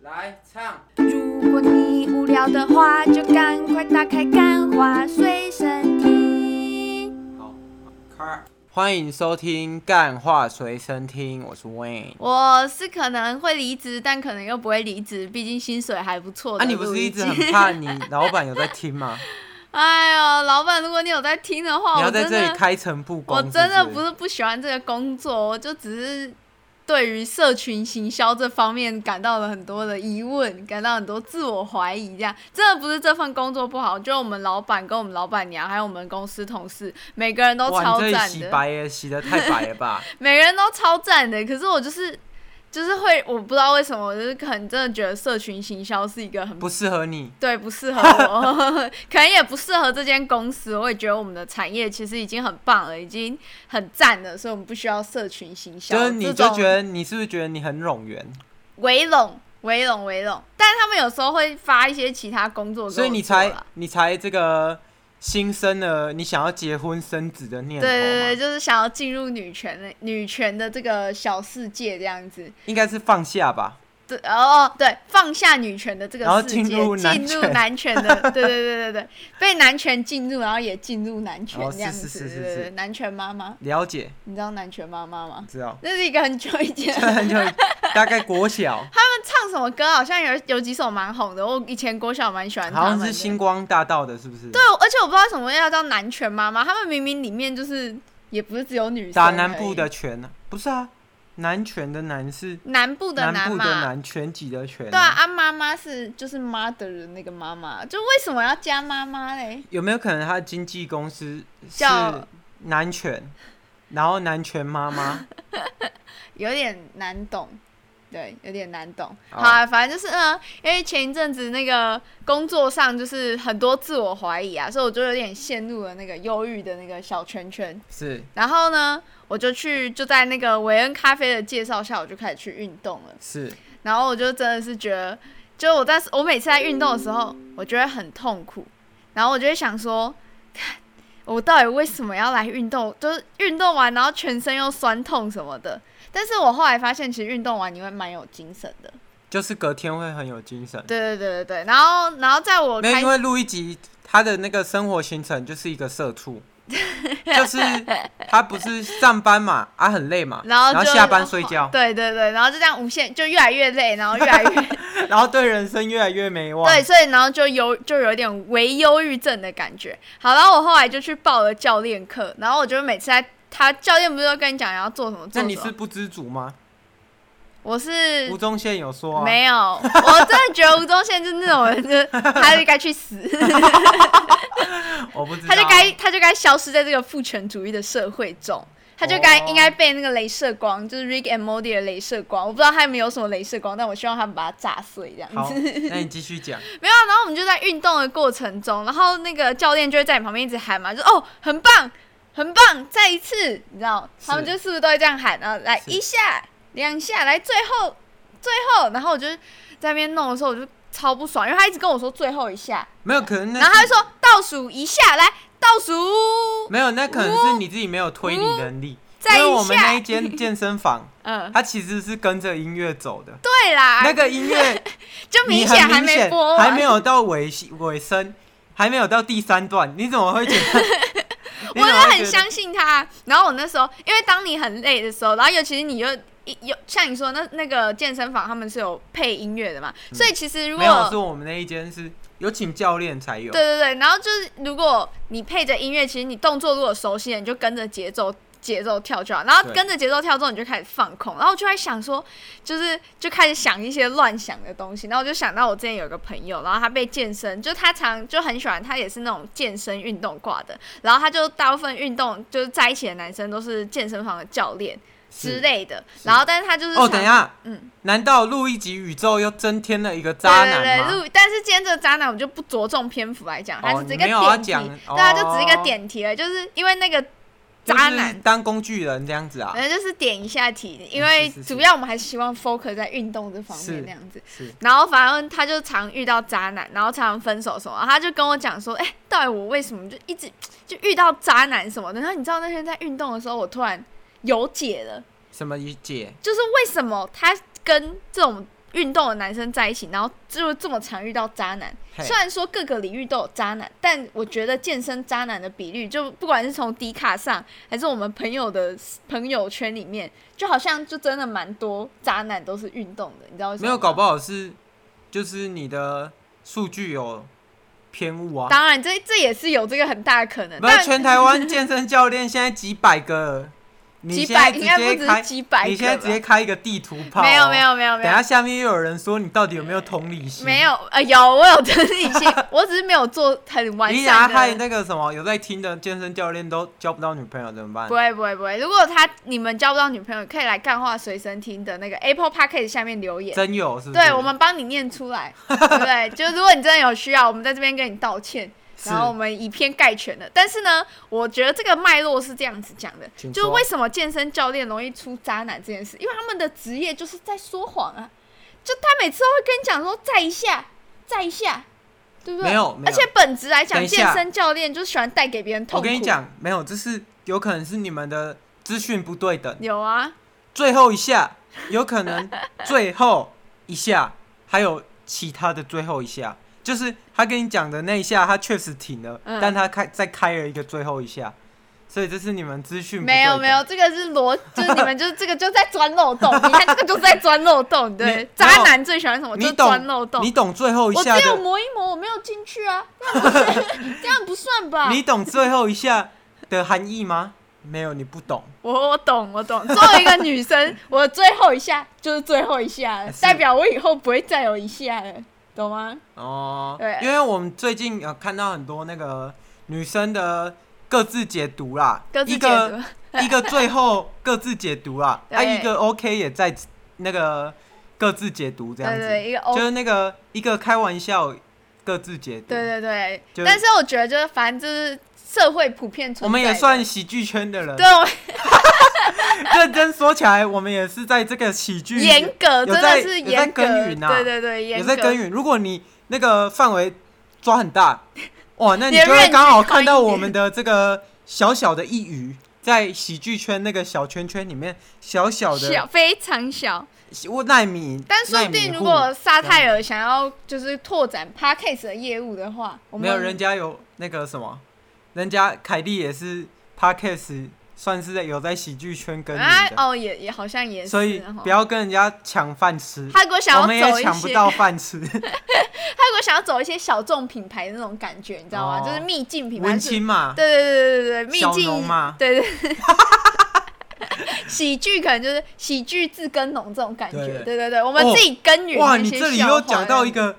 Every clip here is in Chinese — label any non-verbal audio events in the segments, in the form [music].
来唱，如果你无聊的话，就赶快打开《干花随身听》。好，开。欢迎收听《干话随身听》，我是 Wayne。我是可能会离职，但可能又不会离职，毕竟薪水还不错啊，的录你音不机。是一直很怕你老板有在听吗？ [laughs] 哎呦，老板，如果你有在听的话，你哦我要在真这的里，开诚布公我真的不是是不喜欢这个工作，我就只是对于社群行销这方面感到了很多的疑问，感到很多自我怀疑。这样真的不是这份工作不好，就我们老板跟我们老板娘，还有我们公司同事，每个人都哇，超你这里赞洗的。白也洗的太白了 [laughs] 吧？每个人都超赞的，可是我就是就是会，我不知道为什么，我就是可能真的觉得社群行销是一个很不适合你。对不适合我， [laughs] 可能也不适合这间公司。我也觉得我们的产业其实已经很棒了，已经很赞了，所以我们不需要社群行销。就是你这就种觉得你是不是觉得你很冗员？围拢。围拢围拢，但是他们有时候会发一些其他工作给我做所啦，以你才你才这个新生的你想要结婚生子的念头对对对，嘛，就是想要进入女权的女权的这个小世界这样子。应该是放下吧？对哦，对，放下女权的这个然后世界，进进入男权男权的， [laughs] 对对对对对，被男权进入，然后也进入男权哦这样是是子，是是对对是对，男权妈妈，了解，你知道男权妈妈吗？。知道 [laughs] 那是一个很久以前，他就大概国小，们唱什么歌？好像有有几首蛮红的，我以前国小蛮喜欢好他像们是 [laughs] 的。星光大道的，是不是？对，而且我不知道为什么要叫男权妈妈，他们明明里面就是也不是只有女生，打南部的，拳呢？不是啊，南拳的南是南部的南部嘛，的南，拳击的拳。对啊，，啊妈妈是就是妈的人那个妈妈，就为什么要加妈妈嘞？有没有可能他的经纪公司是叫南拳，然后南拳妈妈？ [laughs] 有点难懂，对，有点难懂。好好、啊，反正就是嗯，因为前一阵子那个工作上就是很多自我怀疑啊，所以我就有点陷入了那个忧郁的那个小圈圈。是然后呢，我就去就在那个韦恩咖啡的介绍下，我就开始去运动了。是，然后我就真的是觉得，就我在我每次在运动的时候，我觉得很痛苦，然后我就会想说，我到底为什么要来运动？就是运动完，然后全身又酸痛什么的。但是我后来发现，其实运动完你会蛮有精神的。就是隔天会很有精神。对对对对对。然后，然后在我没有，开因为录一集他的那个生活行程就是一个社 [laughs] 畜，就是他不是上班嘛，啊很累嘛，然后就下班睡觉，对对对，然后就这样无限，就越来越累，然后越来越然后对人生越来越没望。对，所以然后就有就有点微忧郁症的感觉。好，然后我后来就去报了教练课，然后我就每次在他教练不是都跟你讲要做什么做那什么，你是不知足吗？我是吴宗宪有说、啊，没有，我真的觉得吴宗宪就是那种人，就是他就该 [laughs] 去死，我不知道，他就该他就该消失在这个父权主义的社会中。他就该哦应该被那个镭射光，就是 Rick and Morty 的镭射光，我不知道他们有什么镭射光，但我希望他们把它炸碎这样好 [laughs] 子。，那你继续讲，没有啊，然后我们就在运动的过程中，然后那个教练就会在你旁边一直喊嘛，就哦，很棒，很棒，再一次，你知道，是他们就是不是都会这样喊，然后来是一下、两下，来最后、最后，然后我就在那边弄的时候，我就超不爽，因为他一直跟我说最后一下，没有可能那然后他就说倒数一下，来倒数，没有，那可能是你自己没有推理能力。因再一为我们下那一间健身 [laughs] 房，嗯，它其实是跟着音乐走的，对啦，那个音 [laughs] 乐就你明很显还明没显播还完，没有到尾尾声，还没有到第三段，你怎么会觉得？ [laughs] 你怎我就么会觉很得相信他。然后我那时候，因为当你很累的时候，然后尤其是你又一有像你说那那个健身房，他们是有配音乐的嘛，所以其实如没有，是果我们那一间是有请教练才有对，对对，然后就是如果你配着音乐，其实你动作如果熟悉了，你就跟着节奏。节奏跳就好，然后对跟着节奏跳之后，你就开始放空，然后我就在想说，就是就开始想一些乱想的东西，然后我就想到我之前有个朋友，然后他被健身，就他常就很喜欢，他也是那种健身运动挂的，然后他就大部分运动就是在一起的男生都是健身房的教练之是类的，是然后但是他就是哦，想等一，下，嗯，难道录一集宇宙又增添了一个对渣对对，男吗？录，但是今天这个渣男我们就不着重篇幅来讲，他哦，只是你一个没有要点题，讲，对啊，就哦只是一个，点题了，就是因为那个就渣是男。哎当工具人这样子啊？反正就是点一下题，因嗯为是是是主要我们还是希望 focus 在运动这方是面那样子。是然后反正他就常遇到渣男，然后常常分手什么，然后他就跟我讲说，哎、到底我为什么就一直就遇到渣男什么的？然后你知道那天在运动的时候，我突然有解了，什么理解？就是为什么他跟这种运动的男生在一起，然后就这么常遇到渣男。嘿虽然说各个领域都有渣男，但我觉得健身渣男的比率，就不管是从迪卡上，还是我们朋友的朋友圈里面，就好像就真的蛮多渣男都是运动的，你知道为什么没吗？有搞不好是就是你的数据有偏误啊。当然，这这也是有这个很大的可能。没有，但全台湾健身教练现在几百 [laughs] 个，你几现百在应直该不接只是开，几百个吧，你现在直接开一个地图炮、哦没有没。有没有没等有下下面又有人说你到底有没有同理心？没。有呃有我有同理心， [laughs] 我只是没有做很完你等下害善的。那个什么有在听的健身教练都交不到女朋友怎么办不？会不会不会，如果他你们交不到女朋友，可以来干话随身听的那个 Apple p a c k a g e 下面留言。真有是不是？对，我们帮你念出来， [laughs] 对不对？就如果你真的有需要，我们在这边跟你道歉，是然后我们以偏概全的。但是呢，我觉得这个脉络是这样子讲的，请就说为什么健身教练容易出渣男这件事，因为他们的职业就是在说谎啊，就他每次都会跟你讲说再一下，再一下，对不对？没有没有而且本质来讲，等一健下身教练就喜欢带给别人痛我苦。跟你，讲，没有，这是有可能是你们的资讯不对等。有啊，最后一下，有可能最后一下，还有其他的最后一下，就是他跟你讲的那一下，他确实停了，嗯但他开再开了一个最后一下，所以这是你们资讯不对没有等没有，，这个是逻，就是你们就是这个就在钻漏洞，你看这个就在钻漏洞，对你，渣没有男最喜欢什么？就你是钻漏懂洞你。懂最后一我下只有的，磨一磨，我没有进去啊，这样 [laughs] 不算，这样不算吧？你懂最后一下的含义吗？没有，你不懂。我我懂我懂，作为一个女生，我最后一下就是最后一下了，是代表我以后不会再有一下了，懂吗？哦对，因为我们最近有看到很多那个女生的各自解读啦，各自一解个读 [laughs] 一个最后各自解读啦，对啊，一个 OK 也在那个各自解读这样子，对对一个 OK 就是那个一个开玩笑各自解读，对对对，就但是我觉得就是反正就是社会普遍存在的，我们也算喜剧圈的人对，，我们认真说起来，我们也是在这个喜剧严格有真在的是有在严格，耕耘啊对对对，也严格在耕耘。如果你那个范围抓很 [laughs] 大，哇，那你你的就会 range 刚好看到宽一点我们的这个小小的一隅，在喜剧圈那个小圈圈里面小小小的非常小。我纳米，但说纳不米定如户果沙泰尔想要就是拓展 podcast 的业务的话，我们没有人家有那个什么，人家凯莉也是 podcast 算是有在喜剧圈耕耘啊的，哦也也好像也是，所以哈不要跟人家抢饭吃。他如果想我要们走也一抢不些，到饭 [laughs] 吃，他如果想要走一些小众品牌的那种感觉，你知道吗？哦就是秘境品牌，文是青嘛，对对对对对对，秘小农境嘛对对对。喜剧可能就是喜剧自耕农这种感觉，对对对对，我们哦自己耕耘哇，那你些这里笑又话讲到让一个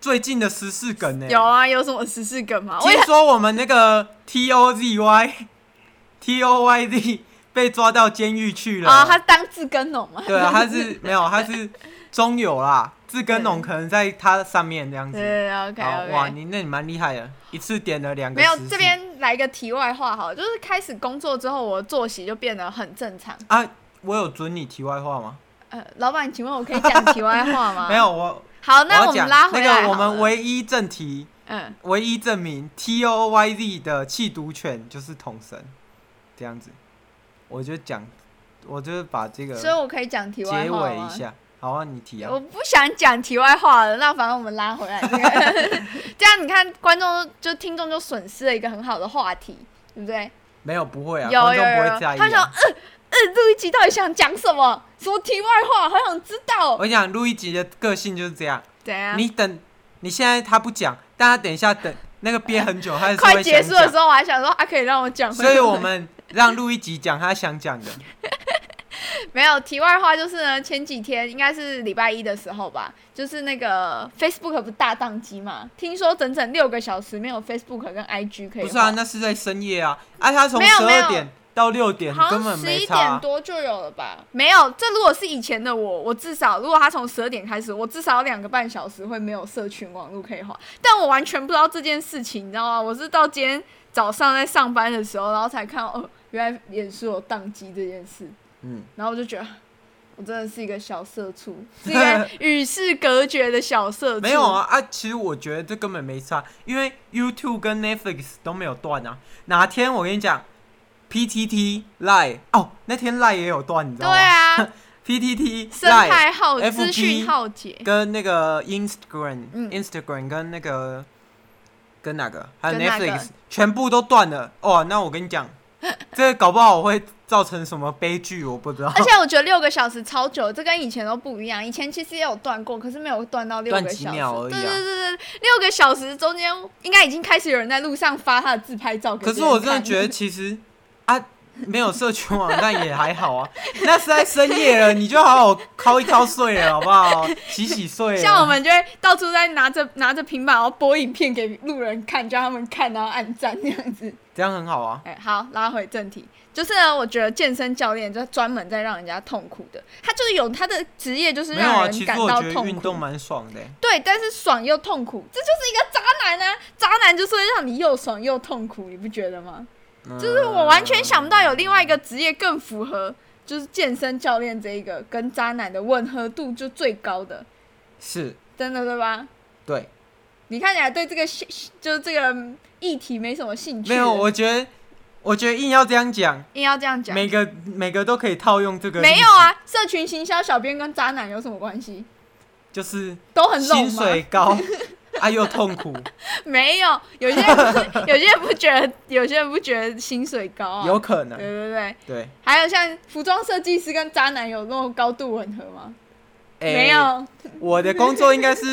最近的时事梗呢、有啊，有什么十四梗吗？我也听说我们那个 T O Z Y [laughs] T O Y Z 被抓到监狱去了。啊，他当自耕农嘛，对啊，他是没有，他是中友啦，志根农可能在他上面这样对子。对对，OK 好 OK。哇，你那你蛮厉害的，一次点了两个没有时事。这边来一个题外话好了，就是开始工作之后，我的作息就变得很正常。啊，我有准你题外话吗？呃，老板，请问我可以讲题外话吗？ [laughs] 没。有，我啊好，我那要我讲们拉回来好那了。个我们唯一正题，嗯，唯一证明 T O Y Z 的弃毒犬就是统神，这样子，我就讲，我就把这个所以我可以讲题外呃结话尾吗一？下。好啊，你提啊我。不想讲题外话了，那反正我们拉回来这个， [laughs] 这样你看观众就听众就损失了一个很好的话题，对不对？没有，不会啊，有观有众不有会在，意、他想，啊。呃呃，录一集到底想讲什么？什么题外话？好想知道啊我。跟你讲，录一集的个性就是这样，怎样？你等，你现在他不讲，但他等一下等那个憋很久，他还是快会结想束的时讲。候，我还想说，啊，可以让我 [laughs] 讲回来。所以我们让录一集讲他想讲 [laughs] 的，没有题外话，就是呢，前几天应该是礼拜一的时候吧，就是那个 Facebook 不是大宕机嘛？听说整整六个小时没有 Facebook 跟 IG 可以。不是啊？那是在深夜啊，啊，他从没有十没有二点到六点好根像本十没一差啊、点多就有了吧？没有，这如果是以前的我，我至少如果他从十二点开始，我至少有两个半小时会没有社群网络可以滑。但我完全不知道这件事情，你知道吗？我是到今天早上在上班的时候，然后才看到哦，原来脸书有宕机这件事。嗯，然后我就觉得，我真的是一个小社畜， [laughs] 是一个与世隔绝的小社畜。没有啊，啊，其实我觉得这根本没差，因为 YouTube 跟 Netflix 都没有断啊。哪天我跟你讲，PTT、Line 哦，那天 Line 也有断，你知对道吗？啊， PTT、生 Line 态浩、 FB 资讯浩劫，跟那个 Instagram、哎嗯 Instagram 跟那个跟哪个还有跟哪个 Netflix 全部都断了。哦，那我跟你 [laughs] 讲，这个搞不好会造成什么悲剧，我不知道。而且我觉得六个小时超久，这跟以前都不一样。以前其实也有断过，可是没有断到六个断几小时。秒而已啊对对对对，六个小时中间应该已经开始有人在路上发他的自拍照 [laughs] 给可别是人看了。我真的觉得，其实啊，没有社群网站也还好啊。那实在深夜了，你就好好敲一敲睡了，好不 [laughs] 好？洗洗睡了。 [laughs] 像我们就会到处在拿着拿着平板，然后播影片给路人看，叫他们看，然后按赞这样子。这样很好啊。哎、好，拉回正题，就是呢，我觉得健身教练就是专门在让人家痛苦的，他就是有他的职业，就是没有让啊，人其实感我到觉得痛运苦。动蛮爽的欸、对，但是爽又痛苦，这就是一个渣男啊！渣男就是会让你又爽又痛苦，你不觉得吗？嗯就是我完全想不到有另外一个职业更符合，就是健身教练这一个跟渣男的吻合度就最高的，嗯是真的对吧？对，你看起来对这个兴就是这个议题没什么兴趣，没有，我觉得，我觉得硬要这样讲，硬要这样讲，每个每个都可以套用这个，没有，啊？社群行销小编跟渣男有什么关系？就是都很肉薪麻，水高 [laughs] 啊又痛苦，没有，有些人不有些人不觉得，有些人不觉得薪水高啊，有可对能对对，对，还有像服装设计师跟渣男有那种高度吻合吗？哎没，有，我的工作应该是，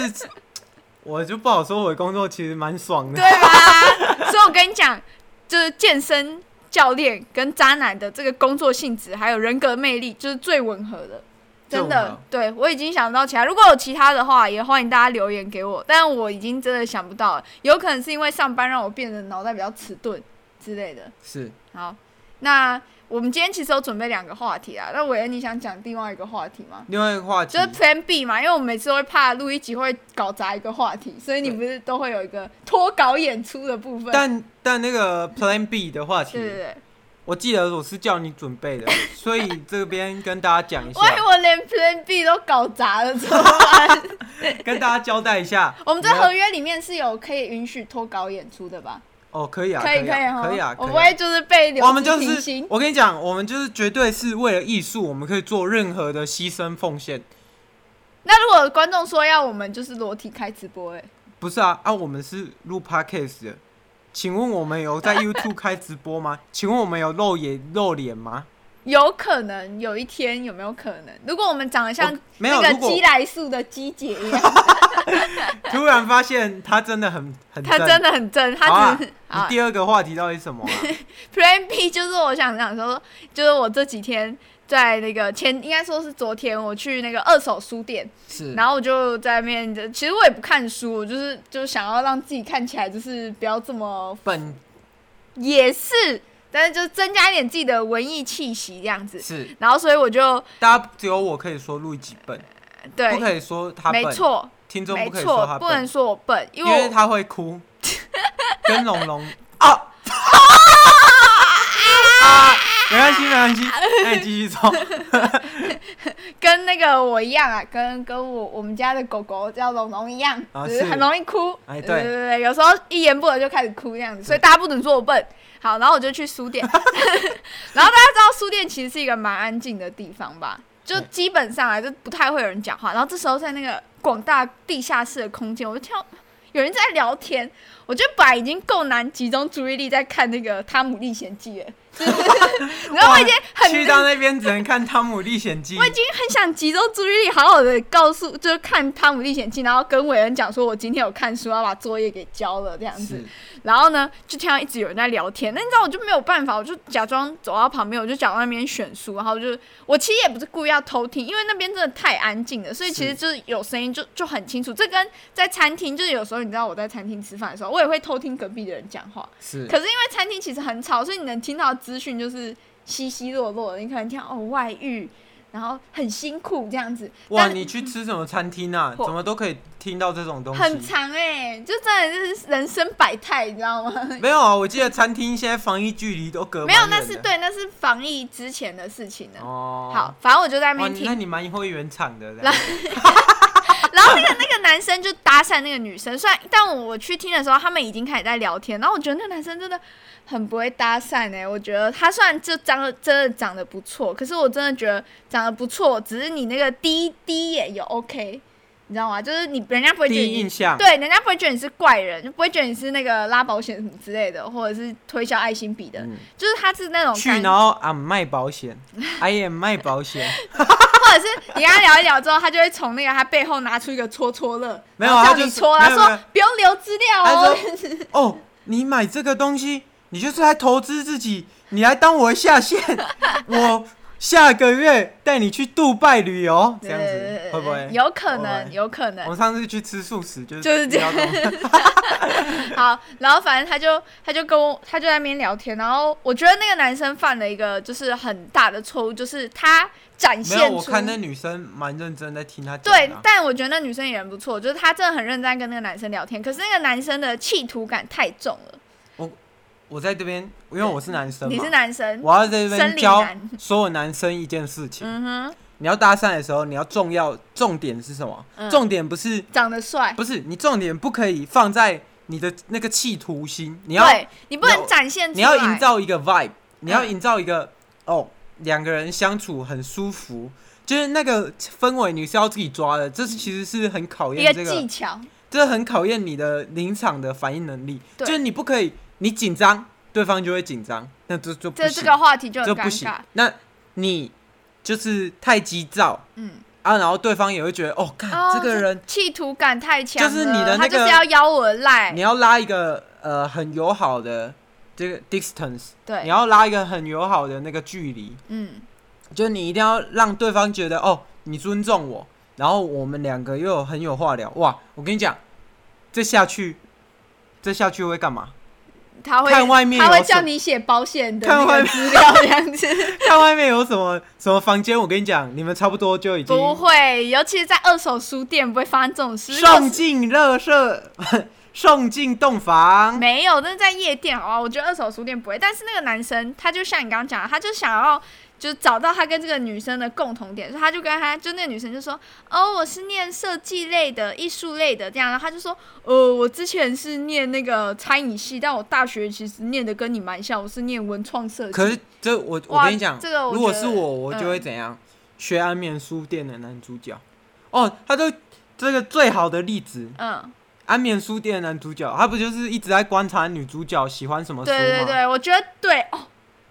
[laughs] 我就不好说，我的工作其实蛮 [laughs] 爽对的，吧？所以我跟你讲，就是健身教练跟渣男的这个工作性质还有人格魅力，就是最吻合的。真最吻的合，对我已经想不到其他。如果有其他的话，也欢迎大家留言给我。但我已经真的想不到了，有可能是因为上班让我变得脑袋比较迟钝之类的。是好，那我们今天其实有准备两个话题啊。那伟恩，你想讲另外一个话题吗？另外一个话题就是 Plan B 嘛，因为我每次都会怕录一集会搞砸一个话题，所以你不是都会有一个脱稿演出的部分。但啊但那个 Plan B 的话对对题，对，我记得我是叫你准备 [laughs] 的，所以这边跟大家讲一下，万一我连 Plan B 都搞砸了怎么 [laughs] 办？跟大家交代一下，我们你在要合约里面是有可以允许脱稿演出的吧？哦，可以啊，可以可以啊哈，可以啊，我可不以啊会就是被留我们就停是薪，。我跟你讲，我们就是绝对是为了艺术，我们可以做任何的牺牲奉献。那如果观众说要我们就是裸体开直播、哎，不是啊，啊，我们是录 podcast 的，请问我们有 [laughs] 在 YouTube 开直播吗？请问我们有露眼露脸吗？有可能有一天有没有可能？如果我们长得像我没有那个如果鸡来素的鸡姐一 [laughs] 样，突然发现他真的很很她正真的很正，好她 [laughs] 啊只是你第二个话题到底是什么、啊？ Plan B 就是我想想说，就是我这几天在那个前，应该说是昨天，我去那个二手书店，是然后我就在面，其实我也不看书，我就是就是想要让自己看起来就是不要这么，本也是，但是就增加一点自己的文艺气息这样子。是然后所以我就大家只有我可以说录几本，不对，可以说他笨，没错，听众没不可以说错他，不能笨，说我笨，因因为为我哦他会哭， [laughs] 跟龙龙啊。没关系，没关 [laughs] 系，那你继续说。跟那个我一样啊，跟跟我我们家的狗狗叫龙龙一样，啊就是是很容易哭。哎对对对对，有时候一言不合就开始哭这样子，所以大家不能说我笨。好，然后我就去书店，然后大家知道书店其实是一个蛮安静的地方吧，就嗯基本上啊就不太会有人讲话。然后这时候在那个广大地下室的空间，我就听到有人在聊天，我觉得本来已经够难集中注意力在看那个《汤姆历险记》了， [laughs] 就是你知道我已经很去到那边只能看《汤姆历险记我已》，经很想集中注意力，好好的告诉，就是看《汤姆历险记》，然后跟伟恩讲说，我今天有看书，要把作业给交了这样子是。然后呢，就听到一直有人在聊天，那你知道我就没有办法，我就假装走到旁边，我就假装那边选书，然后我就我其实也不是故意要偷听，因为那边真的太安静了，所以其实是就是有声音就就很清楚。这跟在餐厅，就是有时候你知道我在餐厅吃饭的时候，我也会偷听隔壁的人讲话，是可是因为餐厅其实很吵，所以你能听到的资讯就是稀稀落落的，你可能听到哦外遇，然后很辛苦这样子，哇，但你去吃什么餐厅啊？我怎么都可以听到这种东很西？长哎、就真的是人生百态，你知道吗？没有啊，我记得餐厅现在防疫距离都隔没有，蛮远的那是对，那是防疫之前的事情了。哦。好，反正我就在那哇，边那听，你蛮会圆场的。然然后那个那个男生就搭讪那个女生，虽然但我我去听的时候，他们已经开始在聊天，然后我觉得那个男生真的很不会搭讪哎、我觉得他虽然就长得真的长得不错，可是我真的觉得长得不错，只是你那个第一第一眼有 OK，你知道吗？就是你人家不会觉得第一你印象，对，人家不会觉得你是怪人，就不会觉得你是那个拉保险什么之类的，或者是推销爱心笔的，嗯就是他是那种去感然后 I'm 卖保险，I am 卖保险，或者是你跟他聊一聊之后，他就会从那个他背后拿出一个戳戳乐，没有啊然后他叫就你是戳，他啊没有没说有不用留资料哦。 [laughs] 哦，你买这个东西，你就是在投资自己，你来当我的下 [laughs] 线，我下个月带你去杜拜旅游，这对样对对子对会不会？有可会不能，会有 [laughs] 可我能。们上次去吃素食就是就是这样不要动好，然后反正他就他就跟我他就在那边聊天，然后我觉得那个男生犯了一个就是很大的错误，就是他展没有， [laughs] 现我出看那女生蛮认真在听他讲、对啊。，但我觉得那女生也很不错，就是她真的很认真在跟那个男生聊天，可是那个男生的企图感太重了。我在这边，因为我是男生嘛，你是男生，我要在这生边理教男所有男生一件事情：嗯哼，你要搭讪的时候，你要重要重点是什么？嗯重点不是长得帅，不是你重点不可以放在你的那个企图心，你要对你不你能要展现出来，你要营造一个嗯 vibe，你要营造一个、哦，两个人相处很舒服，就是那个氛围你是要自己抓的，这是其实是很考一验个这技个，巧，这很考验你的临场的反应能力，对就是你不可以你紧张，对方就会紧张，那这就不这行，这个话题就很这尴不行尬。。那你就是太急躁嗯，啊，然后对方也会觉得哦，看、哦这个人企图感太强了，就是你的那他就是个要邀我的赖你，要拉一个呃很友好的这个 distance，你对，要拉一个很友好的那个距离，嗯，就是你一定要让对方觉得哦，你尊重我，然后我们两个又有很有话聊。哇，我跟你讲，这下去，这下去会干 [laughs] 嘛？他会看外面有他会什叫你写保险的看那外个面资料这 [laughs] 样子。看外面有什么什么房间？我跟你讲，你们差不多就已经不会，尤其是在二手书店不会发生这种事。如果送进乐社，送进洞房。没有，但是在夜店，好哦吧，我觉得二手书店不会。但是那个男生，他就像你刚刚讲的，他就想要就找到他跟这个女生的共同点，所以他就跟他就那个女生就说：“哦，我是念设计类的、艺术类的这样。”然后他就说：“呃，我之前是念那个呃餐饮系，但我大学其实念的跟你蛮像，我是念文创设计。”可是这我我哇跟你讲，这个我如果觉得是我，我就会嗯怎样？学安眠书店的男主角，哦，他都这个最好的例子，嗯，安眠书店的男主角，他不就是一直在观察女主角喜欢什么哦书吗？对对对，我觉得对哦，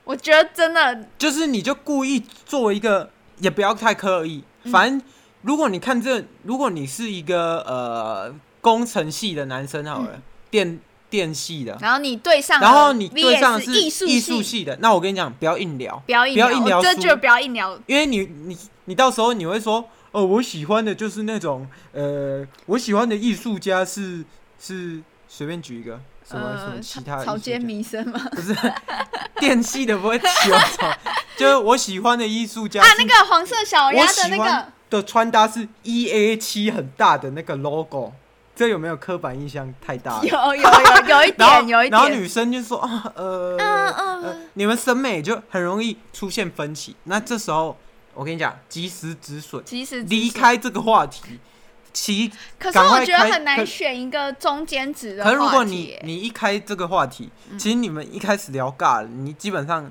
我觉得真的就是你就故意做一个，也不要太刻意。嗯反正如果你看这，如果你是一个呃工程系的男生好了，电电系的，嗯然后你对上了然后你对上的 VS 是艺术艺术系的，那我跟你讲，不要硬聊，不要硬不要硬聊，聊我这书就不要呃硬聊。因为你你你到时候你会说，哦，我喜欢的就是那种呃，我喜欢的艺术家是是随便举一个什么、什么呃，其他的草艺术间家弥生吗？不是 [laughs] 电器的不会喜欢什么， [laughs] 就是我喜欢的艺术家啊，是那个黄色小鸭我的喜那个欢，的穿搭是 E A 七很大的那个 logo，这有没有刻板印象太大了？有有有有一 [laughs] 然后点，有一然后点，女生就说啊呃嗯嗯呃，你们审美就很容易出现分歧。那这时候我跟你讲，及时止损，其实离。开这个话题。其可是赶我快觉得开很难可选一个中间值的可话是题。嗯如果你你一开这个话题，其实你们一开始聊尬了，你基本上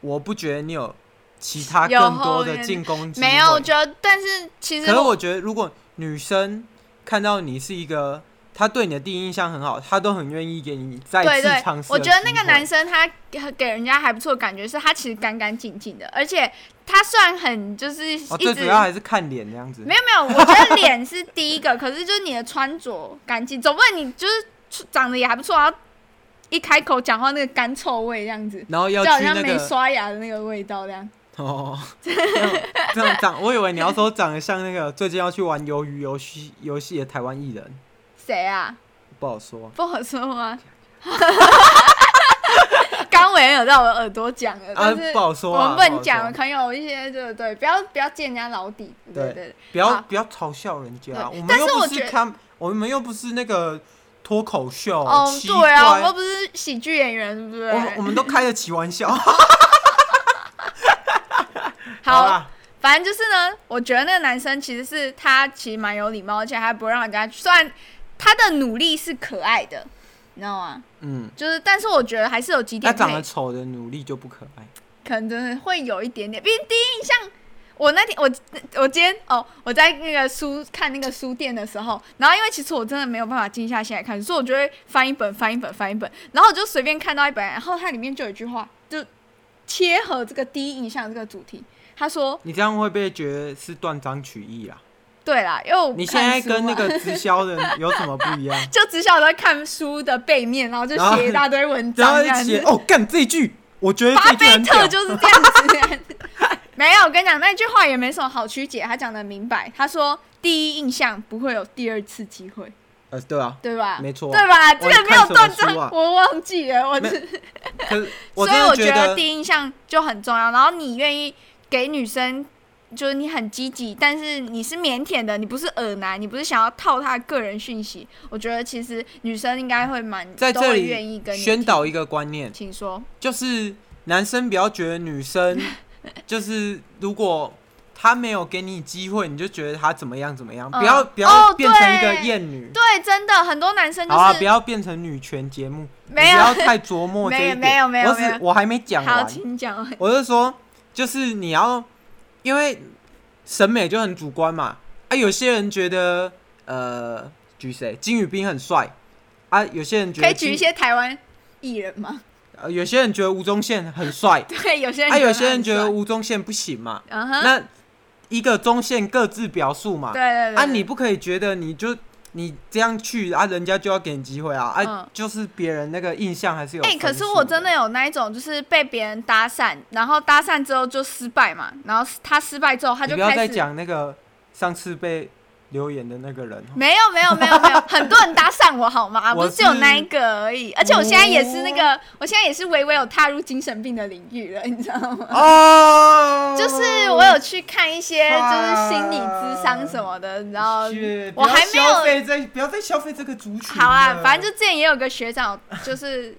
我不觉得你有其他有更后多的面进攻机没有，我会觉得，但是其实可是我觉得，如果女生看到你是一个，她对你的第一印象很好，她都很愿意给你再对次对尝，试。我觉得那个男，生他给人家还不错的感觉，是他其实干干净净的，而且他虽然很就是一哦，直最主要还是看脸这样子。没有没有，我觉得脸是第一个，可是就是你的穿着干净，总不能你就是长得也还不错，然后一开口讲话那个干臭味这样子，然后要就好去像那没个刷牙的那个味道这样。 [laughs] 哦，这样长，我以为你要说长得像那个最近要去玩鱿鱼游戏游戏的台湾艺人，谁啊？不好说。不好说吗？ [laughs] 刚伟有在我耳朵讲了，啊但是不好说啊我们不能不讲，好说可能有一些对对对，不要不要见人家老底，对对对对。不要好不要嘲笑人家，对我们但是又我不觉是得看，我们又不是那个脱口秀，哦，奇对啊，我怪们又不是喜剧演员，对我不们我 [laughs] 对？们都开得起玩笑。好，啦，反正就是呢，我觉得那个男生其实是他其实蛮有礼貌，而且还不会让人家，虽然他的努力是可爱的，你知道吗？嗯，就是，但是我觉得还是有几他点可长以得丑的努力就不可爱。可能真的会有一点点，毕竟第一印象。我那天我我今天哦，我在那个书看那个书店的时候，然后因为其实我真的没有办法静下心来看，所以我就会翻一本翻一本翻一本，然后我就随便看到一本，然后它里面就有一句话，就切合这个第一印象这个主题。他说你这样会被觉得是断章取义啦。：“对啦，因为我你现看在书啊跟那嘛？个直销的有什么不一样 [laughs] 就只晓得看书的背面，然后就然后写一大堆文然章后这一样起子。哦，干这一句，我觉得 [laughs] 这巴一句菲很特屌。就是这样子。 [laughs] 没有，我跟你讲，那句话也没什么好曲解，他讲的明白。他说第一印象不会有第二次机会，呃，对啊，对吧？没错对吧？哇这个你没看有什么断书章，啊我忘记了，我没是。可是我所以真我的觉得得第一印象就很重要。然后你愿意给女生，就是你很积极，但是你是腼腆的，你不是耳男，你不是想要套她的个人讯息。我觉得其实女生应该会蛮在都这会里愿意跟你宣听导一个观念，请说。就是男生不要觉得女生 [laughs] 就是如果他没有给你机会，你就觉得他怎么样怎么样，嗯不要不要哦变成一个对厌女。对，真的很多男生就好啊，不是、要变成女权节 [laughs] 目，没你有不要太琢磨这一点。没有没有没有我没只有我还没讲好，完，请讲。我是说，就是你要，因为审美就很主观嘛。啊，有些人觉得呃，举谁金宇彬很帅啊，有些人觉得可以举一金些台湾艺人吗？，呃，有些人觉得吴宗宪很帅对，有些人啊，有很些人觉得帅，吴宗宪不行嘛。嗯哼，那一个中线各自表述嘛对，对对，啊，对你不可以觉得你就你这样去啊，人家就要给你机会啊，啊嗯，就是别人那个印象还是有哎、分数的。可是我真的有那一种，就是被别人搭讪，然后搭讪之后就失败嘛，然后他失败之后他你就不要开再始。讲那个上次被留言的那个人哦，没有没有没有没有，很多人搭讪我好吗？我不是只有是那一个而已，而且我现在也是那个，我现在也是微微有踏入精神病的领域了，你知道吗？哦，嗯就是我有去看一些就是心理哇咨商什么的，然后去，呃我还没有没有这，不要再消费这个族群了。好啊，反正就之前也有个学长，就是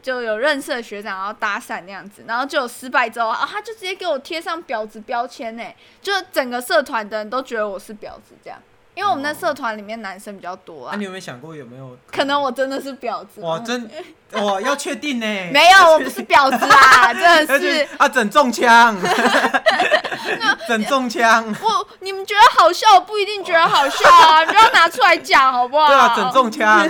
就有认识的学长，然后搭讪那样子，然后就有失败之后啊，他就直接给我贴上婊子标签呢，欸就整个社团的人都觉得我是婊子这样，因为我们那社团里面男生比较多哦啊，啊你，有没有想过有没有可能我真的是婊子吗。哇，真哇要确定呢？没嗯 [laughs] 没有，我不是婊 [laughs] 子啊，真的而且 [laughs] 是啊，整中 [laughs] 枪，整中枪，我，你们觉得好笑，我不一定觉得好笑啊，不要拿出来讲好不好？对啊，整中 [laughs] 枪，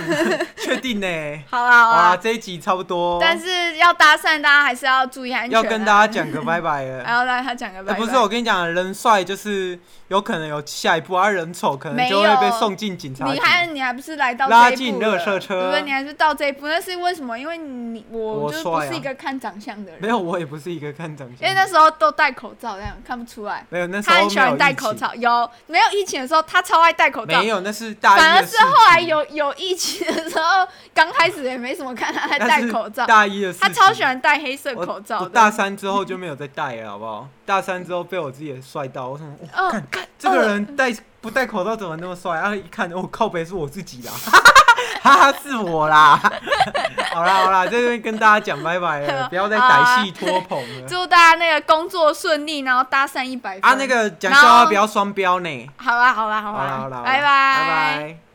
确定呢。好啦好好啦啦，这一集差不多，但是要搭讪，大家还是要注意安全、啊。要跟大家讲个拜拜还 [laughs] 了。要让他讲个拜哎，拜。不是，我跟你讲，人帅就是有可能有下一步，而人丑可能没就会被有送进警察你局。还你还不是来到拉这一进步了垃圾车对不对？你还是到这一步，那是为什么？因为你我我就是帅不啊是一个看长相的人，没有，我也不是一个看长相的，因为那时候都戴口罩，这样看不出来。没有那时他候很喜欢没有戴疫口情，罩，有没有疫情的时候，他超爱戴口罩没。有，那是大一反而的是事后来情有有疫情的时候，刚开始也没什么看他还那戴是口罩，大一的事他超喜情欢戴黑色我口罩我的。大三之后就没有再戴了，好不好？大三之后被我自己帅到，我想哇哦，这个人戴不戴口罩怎么那么帅？然、后一看，哦，靠北是我自己啦， [laughs] 哈哈，是我啦。 [laughs] 好啦好啦，在这边跟大家讲拜拜 [laughs] 了，不要再歹戏拖棚了。啊祝大家那个工作顺利，然后搭讪一百分啊，那个讲笑话不要双标呢。好啦好啦好好啦好啦，啦，好啦拜拜拜。